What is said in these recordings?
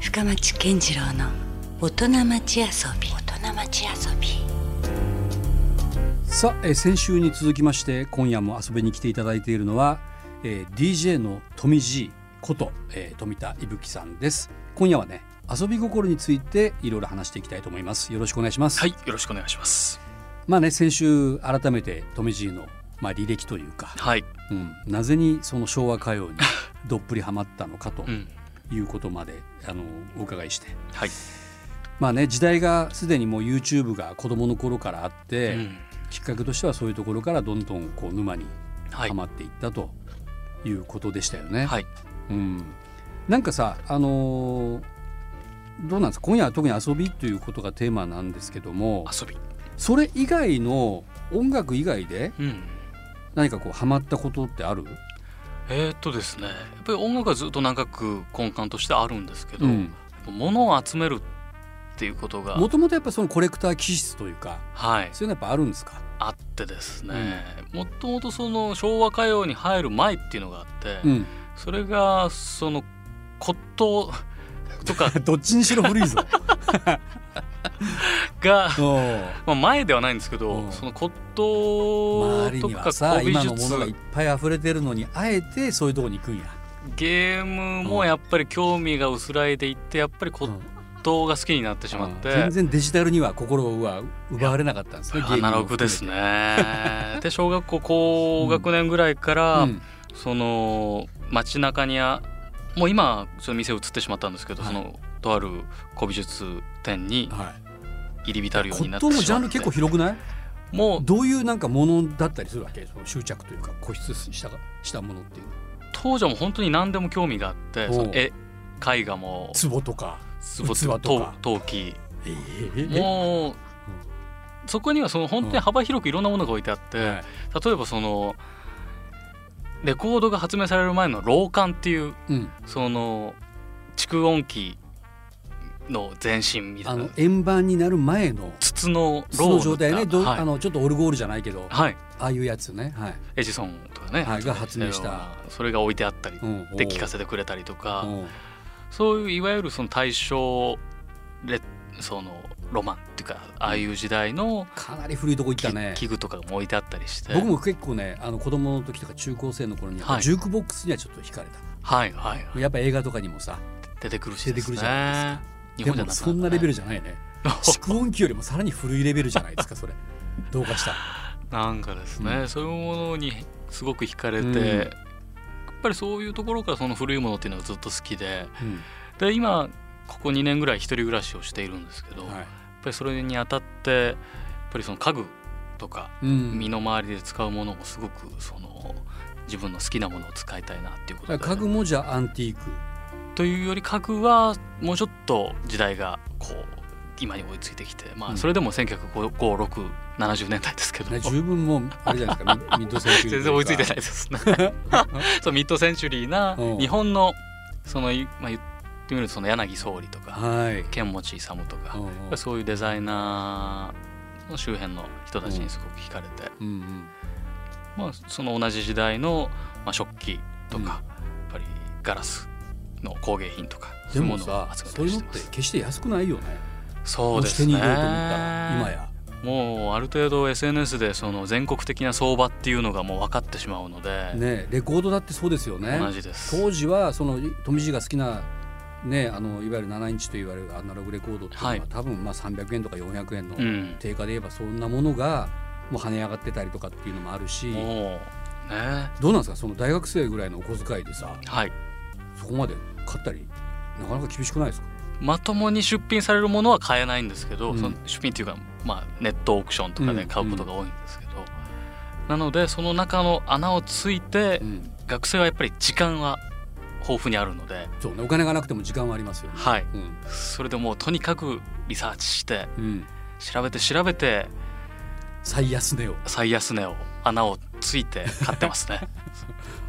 深町健次郎の大人町遊び大人町遊びさあ、えー先週に続きまして今夜も遊びに来ていただいているのは、えー DJ の富 G こと、えー富田伊吹さんです今夜はね遊び心についていろいろ話していきたいと思いますよろしくお願いしますはい、よろしくお願いします。まあね先週改めて富 G のまあ履歴というか、はい、うん、なぜにその昭和歌謡 にどっぷりハマったのかとうん、いうことまで、あのお伺いしてはい、まあね時代がすでにもう YouTube が子供の頃からあって、うん、きっかけとしてはそういうところからどんどんこう沼にはいハ、マっていったということでしたよね。はい、うん、なんかさ、あのーどうなんですか今夜は特に遊びということがテーマなんですけども遊び、それ以外の音楽以外でうん、何かこうハマったことってある、えーっとですね、やっぱり音楽はずっと長く根幹としてあるんですけど、うん物を集めるっていうことが、もともとやっぱそのコレクター気質というかはい、そういうのやっぱあるんですか、あってですね、もともとその昭和歌謡に入る前っていうのがあって、うん、それがその骨董とか どっちにしろ古 いぞ。 が、おまあ、前ではないんですけど、うんその骨董周りとにかはさ古美今のものがい術っぱい溢れてるのにあえてそういうとこに行くんや。ゲームもやっぱり興味が薄らいでいってやっぱり骨動が好きになってしまって、全然デジタルには心は奪われなかったんですね。アナログですゲ ね。で小学校高学年ぐらいかーら、ムも含めて。その街中にあもう今その店移ってしまったんですけど、はいそのとある古美術店にうん、はい。入り浸るようにな骨って董しまっのてジャンル結構広くない？もうどういうなんかものだったりするわけ？その執着というか固執したしたものっていうの。当時はもう本当に何でも興味があっておうその絵絵画も壺とか。器と陶か陶器ええもうそこにはその本当に幅広くいろんなものが置いてあって、はい例えばそのレコードが発明される前の老館っていううん。その蓄音機の前身みたあいなの円盤になる前の。筒のそローのの状態ね、どはいあのちょっとオルゴールじゃないけど、あはい、あいうやつね、はい、エジソンとかね、はいが発明したようなそれが置いてあったりうんで聞かせてくれたりとうかんそういういわゆるその大正レそのロマンっていうかああいう時代のかなり古いとこ行っきたね。器具とかも置いてあったりして僕も結構ね、あの子供の時とか中高生の頃に、はいジュークボックスにはちょっと惹かれた。はいはいやっぱ映画とかにもさ、出てくるし出てでくするねじゃない日本じゃでもなくなったそんなレベルじゃないね蓄音機よりもさらに古いレベルじゃないですか それどうかした なんかですね、うんそういうものにすごく惹かれて、うんやっぱりそういうところからその古いものっていうのがずっと好きでで今ここ2年ぐらい一人暮らしをしているんですけど、やっはいぱりそれにあたってやっぱりその家具とかうん身の回りで使うものもすごくその自分の好きなものを使いたいなっていうことだでから家具もじゃあアンティークというより家具はもうちょっと時代がこう今に追いついてきて、まうんあ、それでも195670年代ですけど、ね十分もうあれじゃないですか ミミッドセンチュリー全然追いついてないい ですねそうミッドセンチュリーなうん日本のその、いまあ、言ってみるとその柳総理とかはい剣持勇とかう、んうんそういうデザイナーの周辺の人たちにすごく惹かれて、うんうんまあ、その同じ時代の、まあ、食器とうんか、やっぱりガラスの工芸品とかでそういうもものをさ集めそたうりいうしのっててます決して安くないよねそうでもし手すにね入れようと思ったら今やもうある程度 SNS でその全国的な相場っていうのがもう分かってしまうので、ねレコードだってそうですよね同じです。当時はその富士が好きなねあのいわゆる7インチと言われるアナログレコードっていうのは、はい多分まあ300円とか400円のうん定価で言えばそんなものがもう跳ね上がってたりとかっていうのもあるし、もうねどうなんですかその大学生ぐらいのお小遣いでさはいそこまで買ったりなかなか厳しくないですか、まともに出品されるものは買えないんですけど、うんその出品っていうか、まあ、ネットオークションとかうでん買うことが多いんですけど、なのでその中の穴をついて、うん、学生はやっぱり時間は豊富にあるので、そうねお金がなくても時間はありますよね、はい、うんそれでもうとにかくリサーチしてうん、調べて調べて最安値を、最安値を穴をついて買ってます ね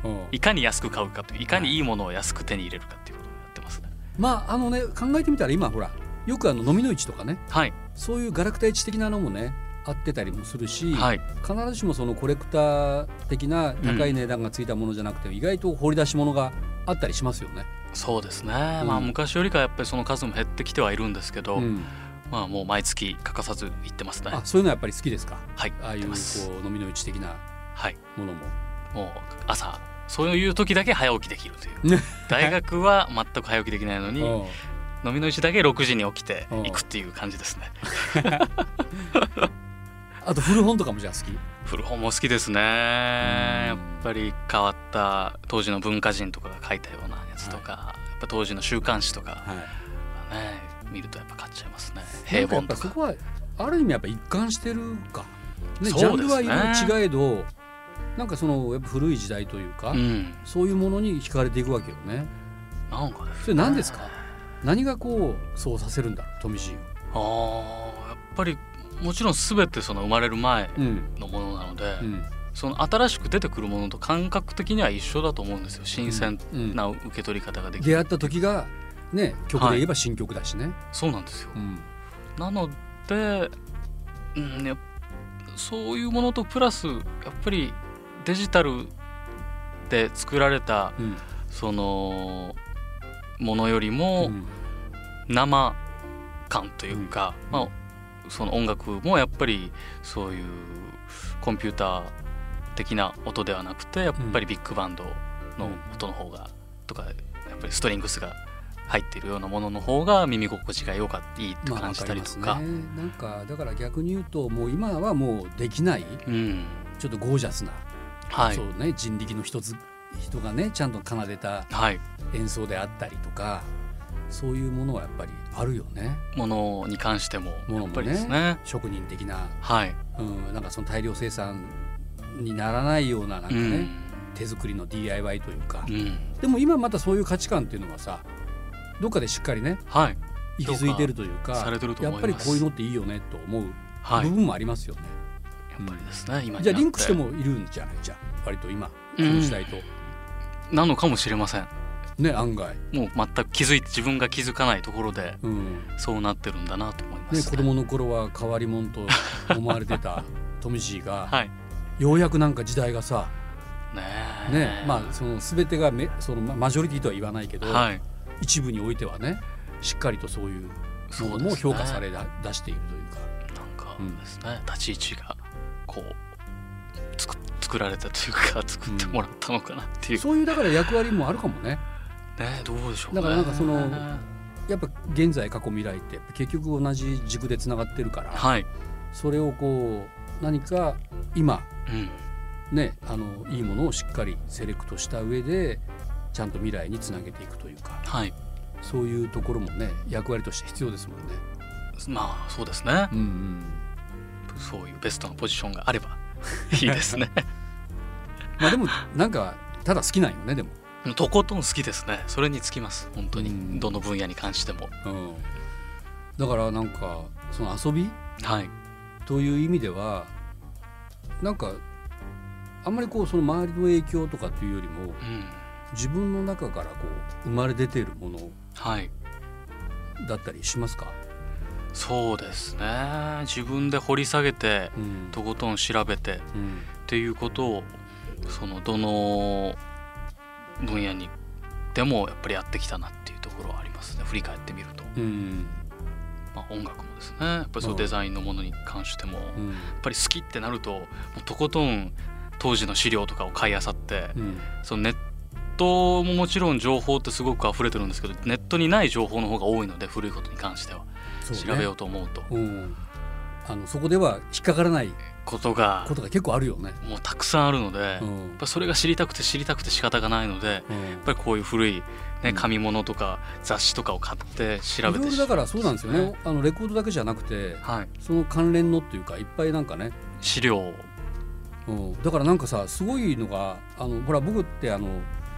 うんいかに安く買うかといういかにいいものを安く手に入れるかっていうことをやってますねまああのね考えてみたら今ほらよくあの飲みの市とかねはいそういうガラクタ市的なのもねあってたりもするし、はい必ずしもそのコレクター的な高い値段がついたものじゃなくて、意外と掘り出し物があったりしますよね。そうですね、うんまあ昔よりかやっぱりその数も減ってきてはいるんですけど、うんまあもう毎月欠かさず行ってますねあそういうのはやっぱり好きですかはいああい行っうてこますう飲みの市的なはいものももう朝そういう時だけ早起きできるという、ね大学は全く早起きできないのにうん飲みの市だけ6時に起きてうん行くっていう感じですねあと古本とかもじゃあ好き古本も好きですねやっぱり変わった当時の文化人とかが書いたようなやつとか、やっぱ当時の週刊誌とかはいね見るとやっぱ買っちゃいますなねん平かや凡っぱとそかこはある意味やっぱ一貫してるか、ねジャそうンでルすねはいろいろ違えどなんかそのやっぱ古い時代というか、うんそういうものに惹かれていくわけよねなんかですねそれ何ですか何がこうそうさせるんだろう富士あーやっぱりもちろん全てその生まれる前うんのものなので、うんその新しく出てくるものと感覚的には一緒だと思うんですよ新鮮うんな受け取り方ができる、出会った時がね曲で言えば新曲だしね、そうなんですようんなので、うん、やっそういうものとプラスやっぱりデジタルで作られたうんそのものよりうもん生感というか、まあ、その音楽もやっぱりそういうコンピューター的な音ではなくてやっぱりビッグバンドの音の方がとかやっぱりストリングスが入っているようなものの方が耳心地が良かったいいとまあ感わじかたりりまとすか。ねなんかだから逆に言うともう今はもうできないうんちょっとゴージャスな、はいそうね人力の一つ人がねちゃんと奏でたはい、演奏であったりとかそういうものはやっぱりあるよねものに関してもものやもねっぱりですね職人的な、はい、うん、なんかその大量生産にならないようななんかうね、ん、手作りの DIY というか、うん、でも今またそういう価値観っていうのがさどっかでしっかりねはい息づいてるというかされてるとや思っいぱますりこういうのっていいよねと思うはい部や分もありますよね、っぱりですね今になってじゃあリンクしてもいるんじゃないじゃあ割と今この時代と、なのかもしれませんね案外、もう全く気づいて自分が気づかないところでうんね、そうなってるんだなと思います、子供の頃は変わり者 と思われてた富士が、はいねようやくなんか時代がさ、えねまあ、その全てがめそのまマジョリティとは言わないけど、はい一部においてはねしっかりとそういうそものうでもすね評価されだ、出しているというかなんかうんですね、立ち位置がこう作作られたというか作ってもらったのかなっていう、そういうだから役割もあるかもねねどうでしょうだねからなんかそのやっぱ現在過去未来ってやっぱ結局同じ軸でつながってるから、はい、それをこう何か今うん、ねあのいいものをしっかりセレクトした上でちゃんと未来につなげていくというかはいそういうところもね役割として必要ですもんね。まあそうですねうんうんそういうベストなポジションがあれば いいですね。まあでもなんかただ好きなんよねでも。とことん好きですね。それにつきます。本当うんにどの分野に関しても。うん、だからなんかその遊びはい。という意味ではなんかあんまりこうその周りの影響とかっていうよりもうん。自分の中からこう生まれ出ているものはい。だったりしますか、そうですね。自分で掘り下げてうんとことん調べてっうんていうことをそのどの分野にでもやっぱりやってきたなっていうところはありますね。振り返ってみると、うんまあ、音楽もですね。やっぱりそううんデザインのものに関しても、うやんっぱり好きってなるともうとことん当時の資料とかを買い漁って。うんそのネットももちろん情報ってすごく溢れてるんですけどネットにない情報の方が多いので古いことに関してはそうね調べようと思うとうん、あのそこでは引っかからないことがことが結構あるよね。もうたくさんあるのでやうっんぱそれが知りたくて知りたくて仕方がないのでやっうんぱりこういう古いうんね紙物とか雑誌とかを買って調いべろていろだからそうなんですよね。あのレコードだけじゃなくて、はいその関連のっていうかいっぱいなんかね、資料をうん、だからなんかさすごいのがあのほら僕ってあの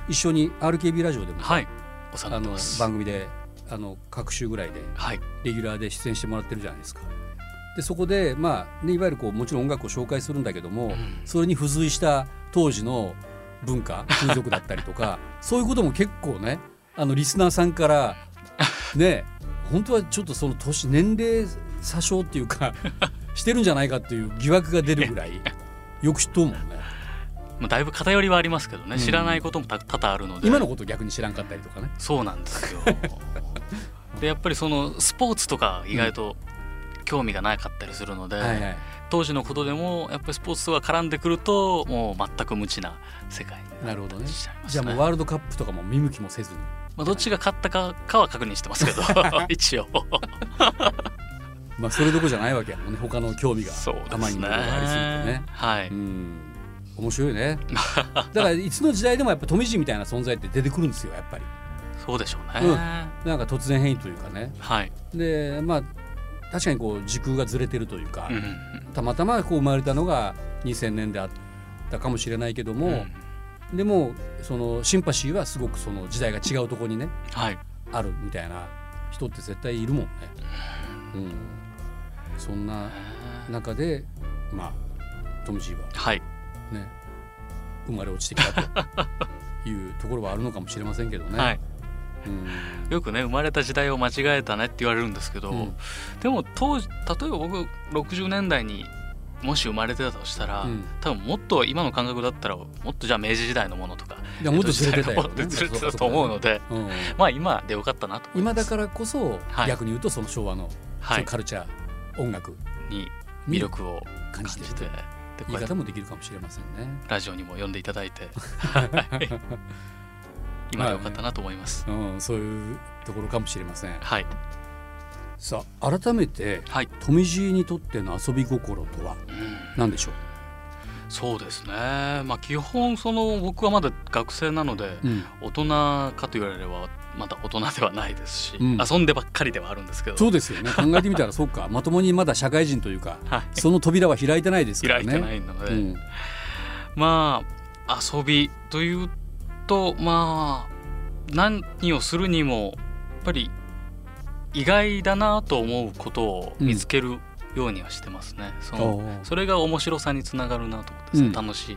一緒に RKB ラジオでもさ、はい収あめてのます番組であの各週ぐらいではいレギュラーで出演してもらってるじゃないですか。でそこで、まあね、いわゆるこうもちろん音楽を紹介するんだけども、んそれに付随した当時の文化風俗だったりと かそういうことも結構ねあのリスナーさんからね本当はちょっとその年年齢詐称って いうかしてるんじゃないかっていう疑惑が出るぐらいよく知っとうもんね。まあ、だいぶ偏りはありますけどね、うん知らないこともた多々あるので今のことを逆に知らんかったりとかねそうなんです よでやっぱりそのスポーツとか意外と興味がなかったりするので、はいはい当時のことでもやっぱりスポーツとか絡んでくるともう全く無知な世界になるほどねしちゃいまじゃあすもねうワールドカップとかも見向きもせずにまあ、どっちが勝ったかかは確認し てますけど一応まあそれどころじゃないわけやもんね他の興味がそうあでまりすにねもありすぎてねはい、うん面白い ねだからいつの時代でもやっぱ富士みたいな存在って出てくるんですよやっぱりそうでしょうね、うんなんか突然変異というかねはい、でまあ確かにこう時空がずれてるというか、うんたまたまこう生まれたのが2000年であったかもしれないけどうん、も、でもそのシンパシーはすごくその時代が違うところにねはいあるみたいな人って絶対いるもんね。うん、そんな中でまあトム・ジーははいね生まれ落ちてきた というところはあるのかもしれませんけどね。はいうんよくね生まれた時代を間違えたねって言われるんですけど、うんでも当時例えば僕60年代にもし生まれてたとしたら、うん多分もっと今の感覚だったらもっとじゃあ明治時代のものとかいやもっとずれてたよ、江 戸ね。時代のものってずれてたと思うので、うんまあ今でよかったなと思い今まだすからこそ、はい逆に言うとその昭和の,、はそのいカルチャー音楽にに魅力を感感じじててるというでこ言ういやって方もできるかもしれませんね。ラジオにも呼んでいただ いてはい今でよかったなと思います、うん、そういうところかもしれません。はいさあ改めてはい、富士にとっての遊び心とはうん何でしょそうですねまあ基本その僕はまだ学生なので、う、うん、大人かと言われればまだ大人ではないですし、うん遊んでばっかりではあるんですけど、そうですよね考えてみたらそうかまともにまだ社会人というかはい、その扉は開いてないですから開いね。てないので、うんまあ遊びというとまあ何をするにもやっぱり意外だなと思うことを見つけるようにはしてますね。そのああそれが面白さにつながるなと思って、そのうん楽し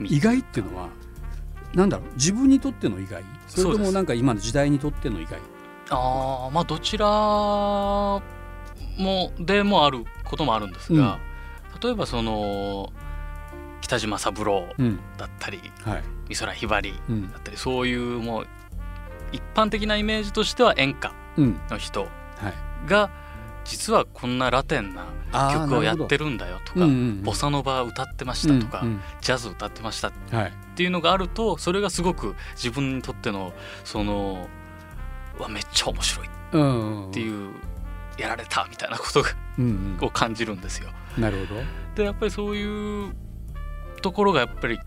い意外っていうのはなんだろう自分にとっての意外それそうとでもすなんか今の時代にとっての意外あーまあどちらもでもあることもあるんですが、例えばその北島三郎うんだったりはい美空ひばりうんだったりそういうもう一般的なイメージとしては演歌うんの人はいが実はこんなラテンなあー曲をやってなるるんだよとほかどうんうんボサノバ歌ってましたとか、うんうんジャズ歌ってましたっはいっていうのがあるとそれがすごく自分にとってのそのうわめっちゃ面白いうんっていうう、やられたみたいなことがんうんを感じるんですよ。なるほどでやっぱりそういうところがやっぱり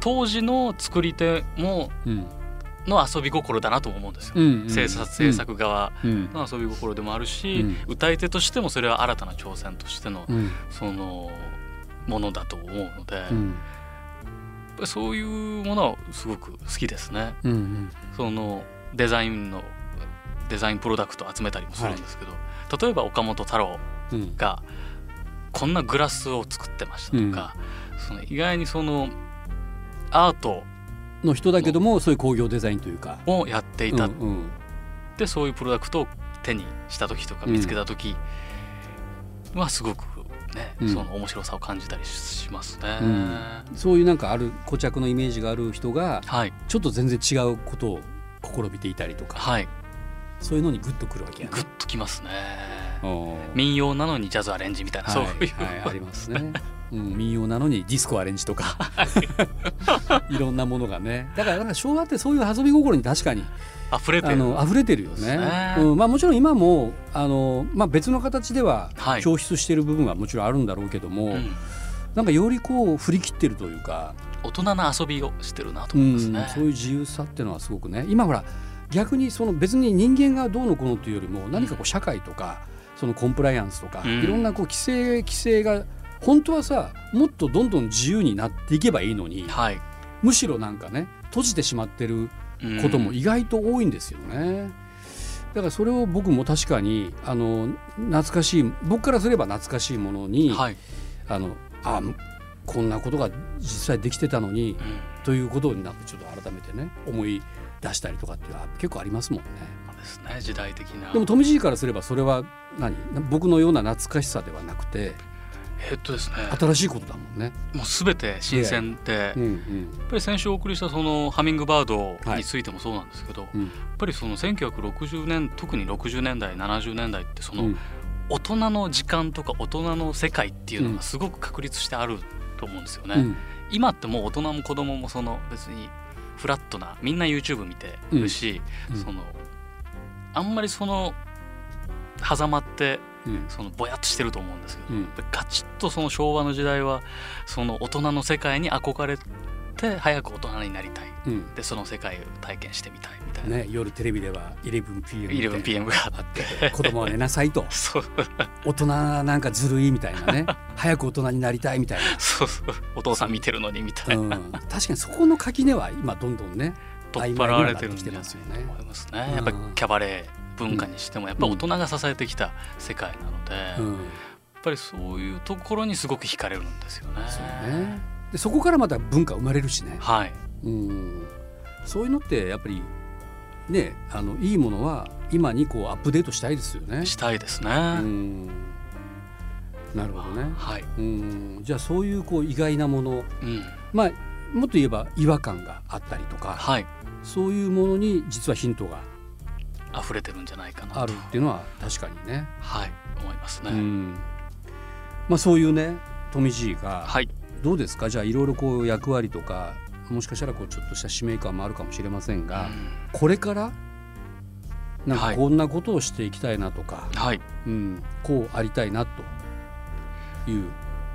当時の作り手もうんの遊び心だなとも思うんですよ。うんうん制作制作側うんの遊び心でもあるし、う歌い手としてもそれは新たな挑戦としてのうんそのものだと思うのうで、やっんぱりそういうものはすごく好きですね。うんうんそのデザインのデザインプロダクトを集めたりもするんですけど、例えば岡本太郎うんがこんなグラスを作ってましたとか、その意外にそのアートの人だけどもそういう工業デザインというかをやっていたっうんうんて、そういうプロダクトを手にした時とかうん見つけた時はすごくね、うんその面白さを感じたりしますね。うんそういうなんかある固着のイメージがある人がはいちょっと全然違うことを試みていたりとかはいそういうのにグッとくるわけやねグッときますね。おー民謡なのにジャズアレンジみたいな、そういう、はいはい、ありますね、 うん、民謡なのにディスコアレンジと かいろんなものがねだからなんか昭和ってそういう遊び心に確かに溢れてある。の溢れてるよねすねうんまあ、もちろん今もあの、まあ、別の形でははい表出してる部分はもちろんあるんだろうけども、うんなんかよりこう振り切ってるというか、大人な遊びをしてるなとう思いんますそうね。いう自由さっていうのはすごくね今ほら逆にその別に人間がどうのこうのというよりも何かこう社会とかそのコンプライアンスとか、うんいろんなこう規制規制が本当はさもっとどんどん自由になっていけばいいのにはい、むしろなんかね閉じてしまってるうんことも意外と多いんですよね。だからそれを僕も確かにあの懐かしい僕からすれば懐かしいものに、はい、あのあこんなことが実際できてたのにうんということになってちょっと改めてね思い出したりとかっていうのは結構ありますもんね。まあですね時代的なでも富士からすればそれは何僕のような懐かしさではなくてえっとですね新しいことだもんね。もう全て新鮮でうんうんやっぱり先週お送りしたそのハミングバードについてもそうなんですけど、やうんっぱりその1960年特に60年代70年代ってそうのん大人の時間とか大人の世界っていうのがすごく確立してあると思うんですよね。うん今ってもう大人も子供もその別にフラットなみんな YouTube 見てるし、うんそのあんまりその狭間ってうんそのぼやっとしてると思うんですけど、うんガチッとその昭和の時代はその大人の世界に憧れて早く大人になりたいうんでその世界を体験してみたいみたいな、ね、夜テレビでは 11pm みたいな 11pm があって子供は寝なさいと そう大人なんかずるいみたいな ね早く大人になりたいみたいそうそうお父さん見てるのにみたな、いな、うん、確かにそこの垣根は今どんどんね 取っ払われてる曖昧にはなってきんじてゃなまいかすよとね思いますね、うんやっぱりキャバレー文化にしてもやっぱ大人が支えてきた世界なのうで、んやっぱりそういうところにすごく惹かれるんですよね。そうねでそこからまた文化生まれるしね、はい、うん、そういうのってやっぱりねあのいいものは今にこうアップデートしたいですよね。したいですね。うん、なるほどね、はい、うん、じゃあそういうこう意外なものうん、まあもっと言えば違和感があったりとかはい、そういうものに実はヒントが溢れてるんじゃないかなと。あるっていうのは確かにね。はい、思いますね。うんまあ、そういうね富士がはい、どうですかじゃあいろいろこう役割とかもしかしたらこうちょっとした使命感もあるかもしれませんが、うんこれからなんはかいこんなことをしていきたいなとか、はい、うん、こうありたいなという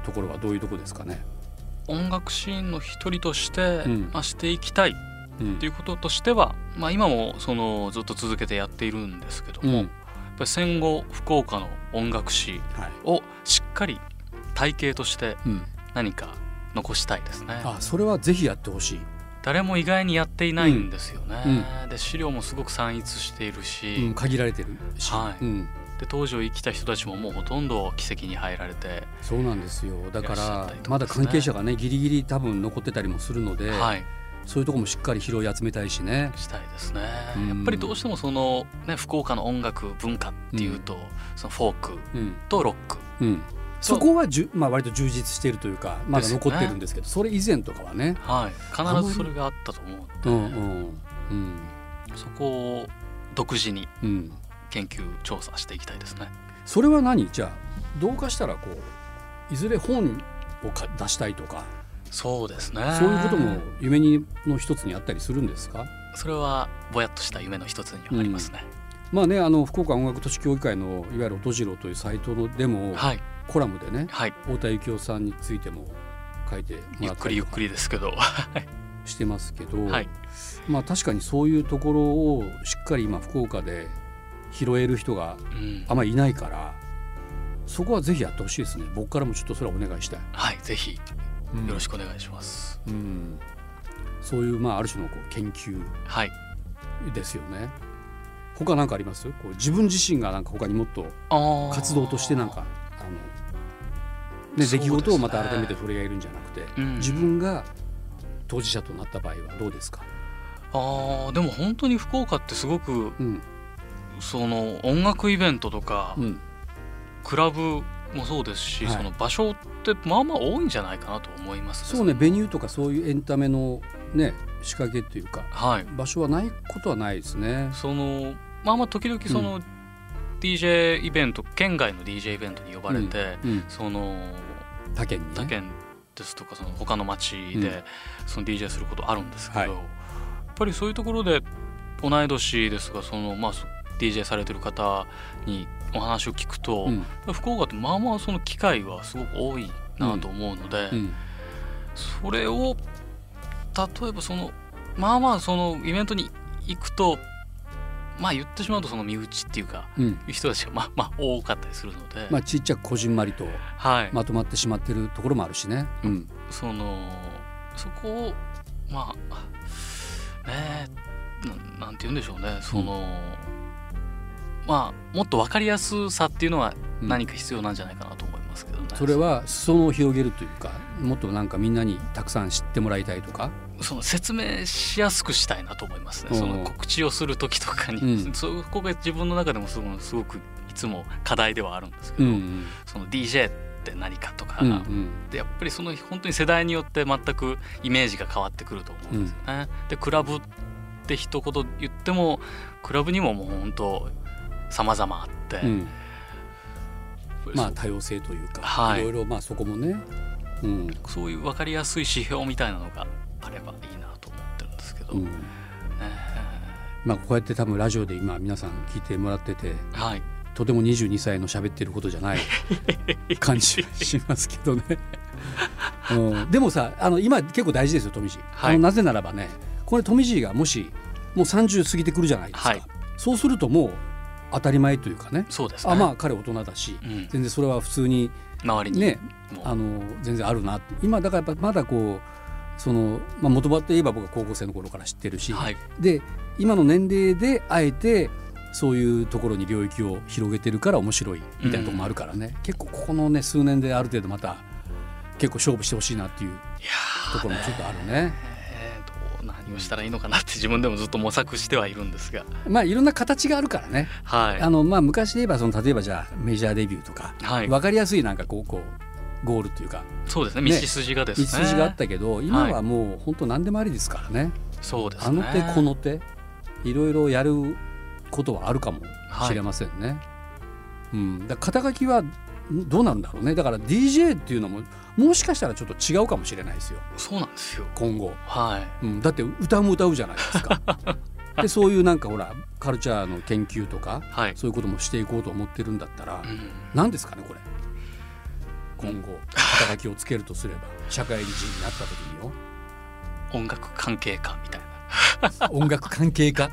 ところはどういうとこですかね。音楽シーンの一人として、うんまあ、していきたいっうんていうこととしては、まあ、今もそのずっと続けてやっているんですけどうも、んやっぱり戦後福岡の音楽史はいをしっかり体系としてうん、何か残したいですねあそれはぜひやってほしい。誰も意外にやっていないんですよね、うで資料もすごく散逸しているうしん、、限られてるし、はいうん、で当時を生きた人たちももうほとんど奇跡に入られて、そうなんですよだかいらっしゃらったりとかですねまだ関係者がねギリギリ多分残ってたりもするので、はいそういうとこもしっかり拾い集めたいしね。したいですね、うんやっぱりどうしてもその、ね、福岡の音楽文化っていうと、そのフォークうんとロックうん、そうそこはじゅ、まあ、割と充実しているというかまだですよね残ってるんですけどそれ以前とかはね、はいまり必ずそれがあったと思うのうで、んうんうんそこを独自にうん、研究調査していきたいですねそれは何じゃあどうかしたらこういずれ本をか出したいとかそうですねそういうことも夢にの一つにあったりするんですかそれはぼやっとした夢の一つにはありますね、まあねあの福岡音楽都市協議会のいわゆる「音次郎」というサイトのでもはいコラムでねはい太田幸雄さんについても書いてもゆっらったくりりゆっくりですけどしてますけど、はいまあ確かにそういうところをしっかり今福岡で拾える人がうんあまりいないからそこはぜひやってほしいですね僕からもちょっとそれはお願いしたい、はいぜひようんろしくお願いします、うんそういうまあある種のこう研究はいですよね他何かありますこう自分自身がなんか他にもっと活動としてなんかあの、ね、そうですね出来事をまた改めて取り上げるんじゃなくて、うん自分が当事者となった場合はどうですか、あーでも本当に福岡ってすごくうんその音楽イベントとか、うん、クラブもそうですし、はいその場所ってまあまあ多いんじゃないかなと思いますそうねベニューとかそういうエンタメのね仕掛けというかはい場所はないことはないですね。そのまあまあ時々その、DJ イベント県外の DJ イベントに呼ばれて、うん、その他県に、ね、他県ですとかその他の町うでその DJ することあるんですけど、はいやっぱりそういうところで同い年ですがそのまあそ DJ されてる方にお話を聞くと、うん福岡ってまあまあその機会はすごく多いなと思うので、うんそれを例えばそのまあまあそのイベントに行くとまあ言ってしまうとその身内っていうかうんいう人たちがまあまあ多かったりするので、まあ、ちっちゃくこじんまりとはい、まとまってしまってるところもあるしね。うんそのそこをまあねえななんて言うんでしょうねその、まあもっと分かりやすさっていうのはうん何か必要なんじゃないかなと思いますけどね、それは裾野を広げるというかもっとなんかみんなにたくさん知ってもらいたいとか、その説明しやすくしたいなと思いますうね。んその告知をする時とかに、うんそこが自分の中でもすごすごくいつも課題ではあるんですけうど、んその DJ って何かとか、うんうんでやっぱりその本当に世代によって全くイメージが変わってくると思うんですよね。でクラブって一言言ってもクラブにももう本当様々あって、うんまあそ多様性というか、はいいろいろまあそこもね、うんそういう分かりやすい指標みたいなのがあればいいなと思ってるんですけど、うんねまあ、こうやって多分ラジオで今皆さん聞いてもらっててはいとても22歳の喋ってることじゃない感じがしますけどね、うん、でもさあの今結構大事ですよ富士、はいあのなぜならばねこれ富士がもしもう30過ぎてくるじゃないですか、はいそうするともう当たり前というかねそうですねあまあ彼大人だし、うん全然それは普通に周りに、ねもうあの全然あるなって今だからやっぱまだこうその、まあ、元場っていえば僕は高校生の頃から知ってるし、はいで今の年齢であえてそういうところに領域を広げてるから面白いみたいなところもあるからね、結構ここのね数年である程度また結構勝負してほしいなっていういやところもちょっとあるね。えーどう何をしたらいいのかなって自分でもずっと模索してはいるんですがまあいろんな形があるからね。はいあのまあ昔で言えばその例えばじゃあメジャーデビューとか、はい分かりやすいなんかこうこうゴールっていうかそうですねね道筋がです道ね筋があったけど今はもう本当何でもありですからね。そうですあねの手この手いろいろやることはあるかもはいしれませんね。うん、だから肩書きはんどうなんだろうねだから DJ っていうのももしかしたらちょっと違うかもしれないですよそうなんですよ今後、はいうん、だって歌も歌うじゃないです か。でそういうなんかほらカルチャーの研究とかはい、そういうこともしていこうと思ってるんだったらうん何ですかねこれ今後肩書きをつけるとすれば社会人になった時によ。音楽関係かみたい音楽関係 家、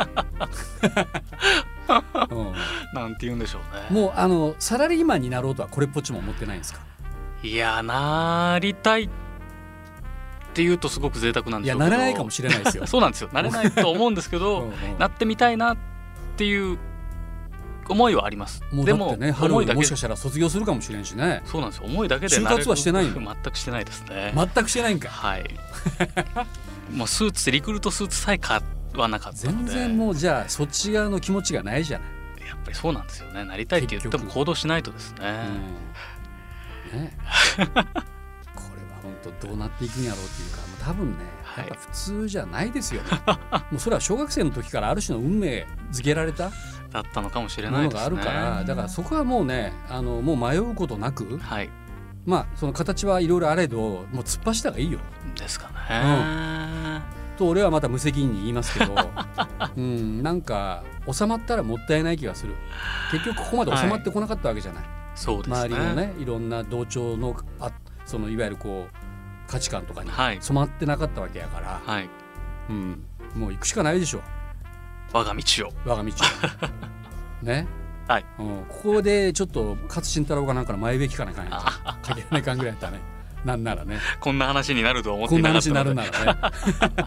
うんななんて言うんでしょうねもうあのサラリーマンになろうとはこれっぽっちも思ってないんですかいやなりたいっていうとすごく贅沢なんいでしやょうけなど。らないかもしれないですよ そうなんですよなれないと思うんです けうんどうんなってみたいなっていう思いはありますもうでだってもね春思いにだもけしかしたら卒業するかもしれんしねそうなんですよ思いだけで就なれ活はしてないの 全くしてないですね、全くしてないんかはい もうスーツでリクルートスーツさえ買わなかったの全で然もうじゃあそっち側の気持ちがないじゃない。やっぱりそうなんですよねなりたいって言って結も局行動しないとですね、うんね、これは本当どうなっていくんやろうっていうかもう多分ね、はいやっぱ普通じゃないですよ、ね、もうそれは小学生の時からある種の運命づけられただったのかもしれもないのですねがあるから、だからそこはもうねあのもう迷うことなくはいまあその形はいろいろあれどもう突っ走った方がいいよですかね、と俺はまた無責任に言いますけ ど、うん、なんか収まったらもったいない気がする結局ここまで収まってこなかったわけじゃない、そうで周すねりのねいろんな同調のあそのいわゆるこう価値観とかにはい染まってなかったわけやから、はいうん、もう行くしかないでしょ我が道を我が道 をね、はいうん、ここでちょっと勝慎太郎がなんかの前べきかなかんやったかけられかんぐらいやったねなんならねこんな話になるとは思ってこいんななかっ話たになるのでな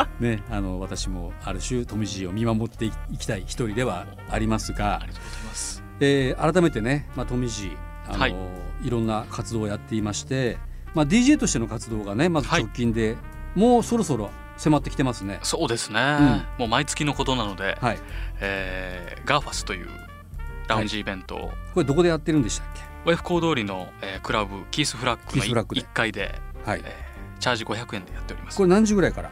らね ねあの私もある種富士を見守っていきたい一人ではありますあがり、がとうございますえー改めてね、まあ、富士あの、はいい、ろんな活動をやっていまして、まあ、DJ としての活動がねまずはい直近で、もうそろそろ迫ってきてますね。そうですね、もう毎月のことなので、はい、えーガーファスというラウンジイベントを、これどこでやってるんでしたっウェフコー通りの、えークラブキースフラッグキースフラッのグで1階で、け、はいえ、ーチャージ500円でやっておりますこれ何時ぐらいから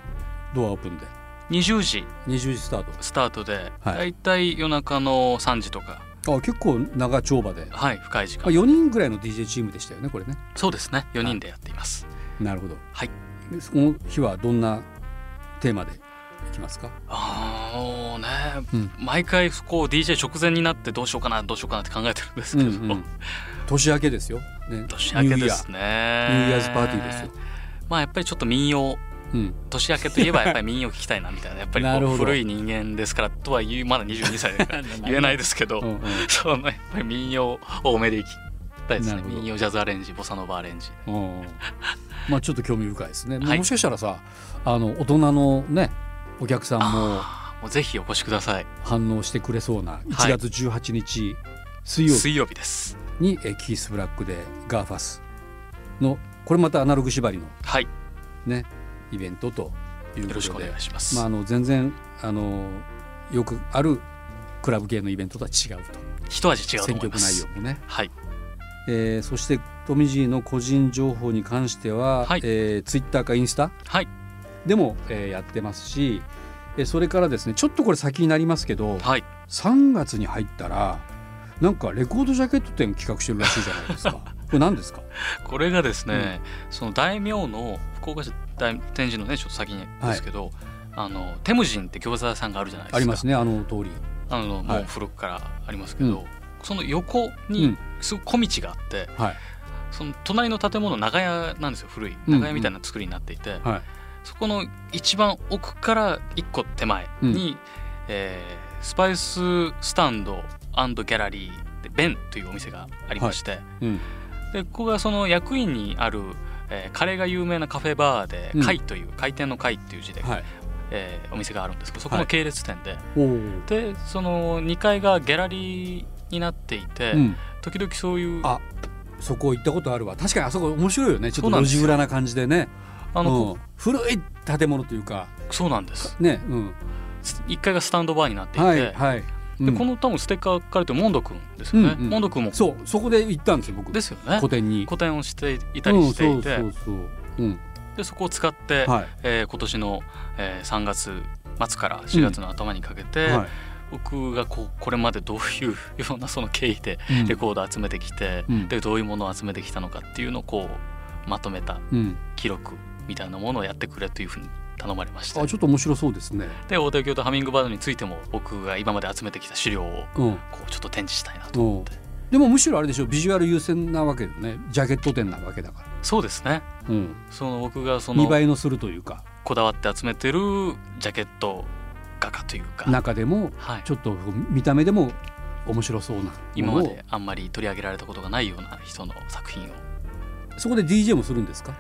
ドアオープンで20時20時スタートスタートで、はいだいたい夜中の3時とかあ結構長丁場で、まはい深い時あ、間4人ぐらいの DJ チームでしたよねこれね。そうですね4人でやっていますなるほど。はいで。その日はどんなテーマでいきますか。あーもうね、うん毎回こう DJ 直前になってどうしようかなどうしようかなって考えてるんですけど、年明けですよ。ね。年明けですねニニューイヤーズパーティーですよ。まあやっぱりちょっと民謡うん。年明けといえばやっぱり民謡聞きたいなみたいなやっぱりなるこほうど古い人間ですからとは言うまだ22 歳だから言えないですけど、うんうんそのやっぱり民謡を多めでいきたいですなねるほど民謡ジャズアレンジボサノバアレンジうんうん まあちょっと興味深いですね。はいもしかしたらさ、あの大人のねお客さんもあーもうぜひお越しください反応してくれそうなはい1月18日水曜日水曜日ですにえキースブラックでガーファスのこれまたアナログ縛りのはいよねイベントというろこしくとおで願いします、まあ、あの全然あのよくあるクラブ系のイベントとは違うと一味違うと選思い曲ま内す容もねはいえーそして富士の個人情報に関しては、はいえツイッター Twitter かインスタはいでも、えーやってますし、えーそれからですねちょっとこれ先になりますけど、はい3月に入ったらなんかレコードジャケット展企画してるらしいじゃない ですかこれ何ですかこれがですね、その大名の福岡市大天神のねちょっと先にですけど、あのテムジンって餃子屋さんがあるじゃないですかありますねあの通りあのはもいう古くからありますけど、うんその横うにんすごい小道があって、はいその隣の建物長屋なんですよ古いうん長屋みたいな作りになっていて、はいそこの一番奥から一個手前に、えースパイススタンドギャラリーでベンというお店がありまして、うんでここがその役員にある、えーカレーが有名なカフェバーでうん「会」という、開店の「会」っていう字で、はいえーお店があるんですけどそこの系列店で、おーでその2階がギャラリーになっていて、うん時々そういうあそこ行ったことあるわ確かにあそこ面白いよねちょそっうなとん路で地すよ裏な感じでねあの、うん古い建物というかそうなんですね、うん、 1階がスタンドバーになっていて、はいはい、うんでこの多分ステッカー書かれてるモンド君ですよね、うんうんモンド君もそうそこで行ったんですよ僕ですよね個展に個展をしていたりしていて、うん、そうそうそううんでそこを使って、はい、えー今年の、えー3月末から4月の頭にかけて、は僕がこうこれまでどういうようなその経緯でい、うんレコードを集めてきて、うんでどういうものを集めてきたのかっていうのをこうまとめたうん、記録みたいなものをやってくれというふうに頼まれましてあちょっと面白そうですねで大手京とハミングバードについても僕が今まで集めてきた資料をうんこうちょっと展示したいなとおうでもむしろあれでしょビジュアル優先なわけだよねジャケット店なわけだかそうですねら、うん、その僕がそ見の栄えのするというかこだわって集めてるジャケット画家というか、中でもはい、ちょっと見た目でも面白そうな今もまのをであんまり取り上げられたことがないような人の作品をそこで DJ もするんですか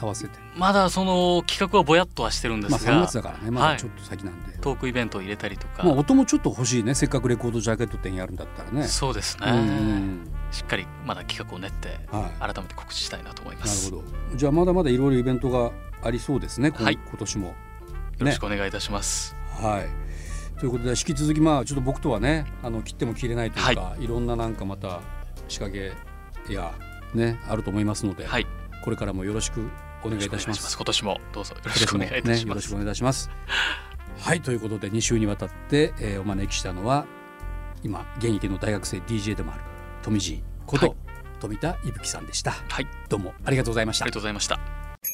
合わせてまだその企画はぼやっとはしてるんでまあす3が月だからねまはだいちょっと先なんで、トークイベントを入れたりとか、まあ、音もちょっと欲しいねせっかくレコードジャケット店やるんだったらねそうですね、うんしっかりまだ企画を練ってはい改めて告知したいなと思いまなるすほどじゃあまだまだいろいろイベントがありそうですね、こんはい今年もよろしくお願いいたします、はい。ということで引き続きまあちょっと僕とはねあの切っても切れないというか、い、ろんななんかまた仕掛けやねあると思いますので、はいこれからもよろしくお願いいたします。今年もどうぞよろしくお願いいたねしよまろすしくお願いいたします。はいということで2週にわたって、えーお招きしたのは今現役の大学生 DJ でもある富士こと、はい富田伊吹さんでした。はいどうもありがとうございましたありが。とうございました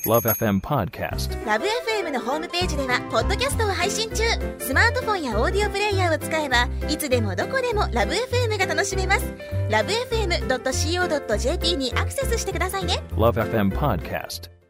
Love FM Podcast. ラブ f m のホームページではポッドキャストを配信中スマートフォンやオーディオプレイヤーを使えばいつでもどこでもラブ f m が楽しめますラブ FM.co.jp にアクセスしてくださいね Love FM Podcast.